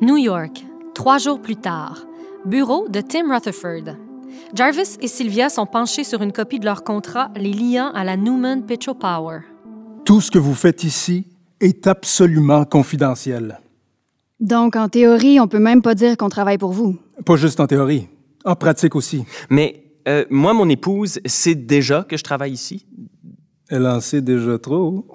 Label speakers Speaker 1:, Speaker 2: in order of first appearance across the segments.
Speaker 1: New York, trois jours plus tard. Bureau de Tim Rutherford. Jarvis et Sylvia sont penchés sur une copie de leur contrat les liant à la Newman Petro Power.
Speaker 2: Tout ce que vous faites ici est absolument confidentiel.
Speaker 3: Donc, en théorie, on peut même pas dire qu'on travaille pour vous.
Speaker 2: Pas juste en théorie, en pratique aussi.
Speaker 4: Mais euh, moi, mon épouse sait déjà que je travaille ici.
Speaker 2: Elle en sait déjà trop.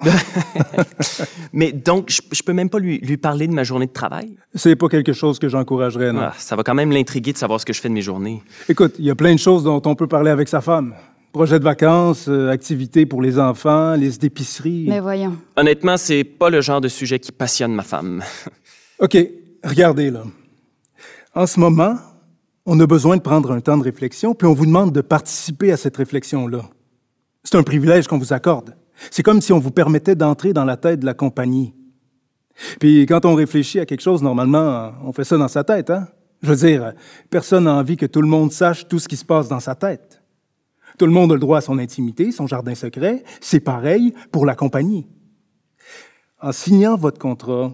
Speaker 4: Mais donc, je, je peux même pas lui, lui parler de ma journée de travail.
Speaker 2: C'est pas quelque chose que j'encouragerais, non.
Speaker 4: Ah, ça va quand même l'intriguer de savoir ce que je fais de mes journées.
Speaker 2: Écoute, il y a plein de choses dont on peut parler avec sa femme. Projet de vacances, euh, activités pour les enfants, liste d'épicerie.
Speaker 3: Mais voyons.
Speaker 4: Honnêtement, c'est pas le genre de sujet qui passionne ma femme.
Speaker 2: OK, regardez là. En ce moment, on a besoin de prendre un temps de réflexion, puis on vous demande de participer à cette réflexion-là. C'est un privilège qu'on vous accorde. C'est comme si on vous permettait d'entrer dans la tête de la compagnie. Puis quand on réfléchit à quelque chose, normalement, on fait ça dans sa tête, hein? Je veux dire, personne n'a envie que tout le monde sache tout ce qui se passe dans sa tête. Tout le monde a le droit à son intimité, son jardin secret. C'est pareil pour la compagnie. En signant votre contrat,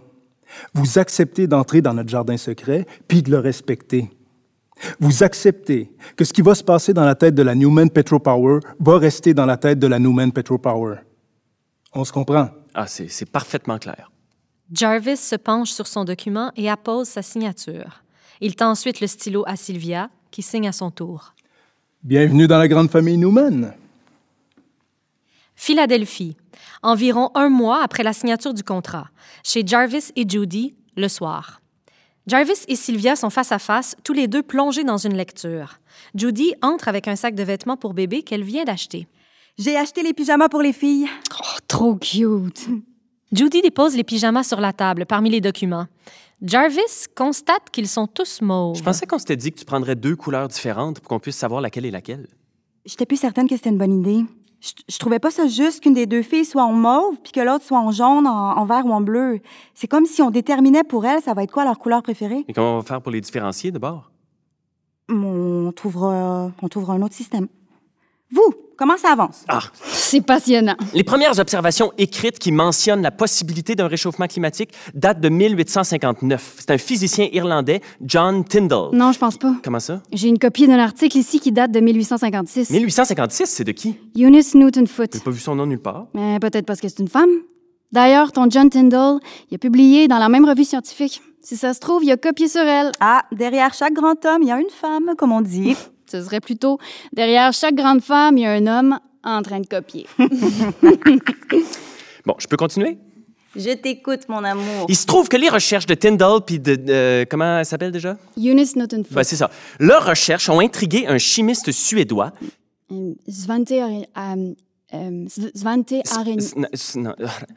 Speaker 2: vous acceptez d'entrer dans notre jardin secret, puis de le respecter. Vous acceptez que ce qui va se passer dans la tête de la Newman Petro Power va rester dans la tête de la Newman Petro Power. On se comprend?
Speaker 4: Ah, c'est c'est parfaitement clair.
Speaker 1: Jarvis se penche sur son document et appose sa signature. Il tend ensuite le stylo à Sylvia, qui signe à son tour.
Speaker 2: Bienvenue dans la grande famille Newman.
Speaker 1: Philadelphie, environ un mois après la signature du contrat, chez Jarvis et Judy, le soir. Jarvis et Sylvia sont face à face, tous les deux plongés dans une lecture. Judy entre avec un sac de vêtements pour bébé qu'elle vient d'acheter.
Speaker 5: J'ai acheté les pyjamas pour les filles.
Speaker 3: Oh, trop cute.
Speaker 1: Judy dépose les pyjamas sur la table parmi les documents. Jarvis constate qu'ils sont tous mauves.
Speaker 4: Je pensais qu'on s'était dit que tu prendrais deux couleurs différentes pour qu'on puisse savoir laquelle est laquelle.
Speaker 5: J'étais plus certaine que c'était une bonne idée. Je, je trouvais pas ça juste qu'une des deux filles soit en mauve puis que l'autre soit en jaune, en, en vert ou en bleu. C'est comme si on déterminait pour elles ça va être quoi leur couleur préférée.
Speaker 4: Et comment on va faire pour les différencier d'abord?
Speaker 5: On trouvera, on trouvera un autre système. Vous, comment ça avance?
Speaker 4: Ah!
Speaker 3: C'est passionnant.
Speaker 4: Les premières observations écrites qui mentionnent la possibilité d'un réchauffement climatique datent de 1859. C'est un physicien irlandais, John Tyndall.
Speaker 3: Non, je pense pas.
Speaker 4: Comment ça?
Speaker 3: J'ai une copie d'un article ici qui date de 1856.
Speaker 4: 1856, c'est de qui?
Speaker 3: Eunice Newton Foote.
Speaker 4: J'ai pas vu son nom nulle part.
Speaker 3: Mais peut-être parce que c'est une femme. D'ailleurs, ton John Tyndall, il a publié dans la même revue scientifique. Si ça se trouve, il a copié sur elle.
Speaker 5: Ah, derrière chaque grand homme, il y a une femme, comme on dit.
Speaker 3: Ce serait plutôt derrière chaque grande femme, il y a un homme en train de copier.
Speaker 4: Bon, je peux continuer?
Speaker 5: Je t'écoute, mon amour.
Speaker 4: Il se trouve que les recherches de Tyndall puis de... euh, comment elle s'appelle déjà?
Speaker 3: Eunice Newton
Speaker 4: Ben,
Speaker 3: Foote.
Speaker 4: c'est ça. Leurs recherches ont intrigué un chimiste suédois.
Speaker 3: Euh, Svante Are- euh, euh, Sv- Svante Arrhenius.
Speaker 4: S- n- s- non,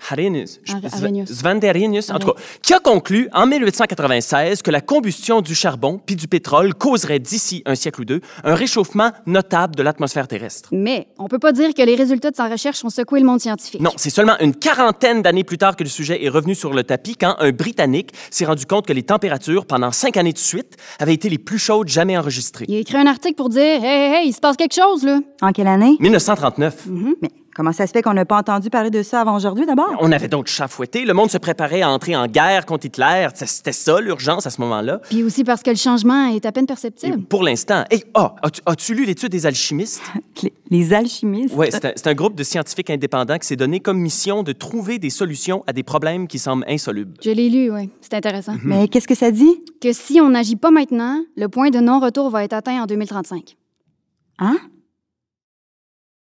Speaker 4: Arrhenius. Je-
Speaker 3: Ar-
Speaker 4: Sv-
Speaker 3: Arrhenius.
Speaker 4: Svante Arrhenius, en tout cas, qui a conclu en 1896 que la combustion du charbon puis du pétrole causerait d'ici un siècle ou deux un réchauffement notable de l'atmosphère terrestre.
Speaker 3: Mais on peut pas dire que les résultats de sa recherche ont secoué le monde scientifique.
Speaker 4: Non, c'est seulement une quarantaine d'années plus tard que le sujet est revenu sur le tapis quand un Britannique s'est rendu compte que les températures pendant cinq années de suite avaient été les plus chaudes jamais enregistrées.
Speaker 3: Il a écrit un article pour dire Hey, hey, hey, il se passe quelque chose, là.
Speaker 5: En quelle année?
Speaker 4: 1939.
Speaker 5: Mais comment ça se fait qu'on n'a pas entendu parler de ça avant aujourd'hui d'abord?
Speaker 4: On avait donc chafouetté, le monde se préparait à entrer en guerre contre Hitler, Ça, c'était ça l'urgence à ce moment-là.
Speaker 3: Puis aussi parce que le changement est à peine
Speaker 4: Et
Speaker 3: perceptible.
Speaker 4: Pour l'instant. Et ah, as-tu, as-tu lu l'étude des alchimistes?
Speaker 5: Les, les alchimistes.
Speaker 4: Ouais, c'est un, c'est un groupe de scientifiques indépendants qui s'est donné comme mission de trouver des solutions à des problèmes qui semblent insolubles.
Speaker 3: Je l'ai lu, oui. C'est intéressant.
Speaker 4: Mhm.
Speaker 5: Mais qu'est-ce que ça dit?
Speaker 3: Que si on n'agit pas maintenant, le point de non-retour va être atteint en 2035.
Speaker 5: Hein?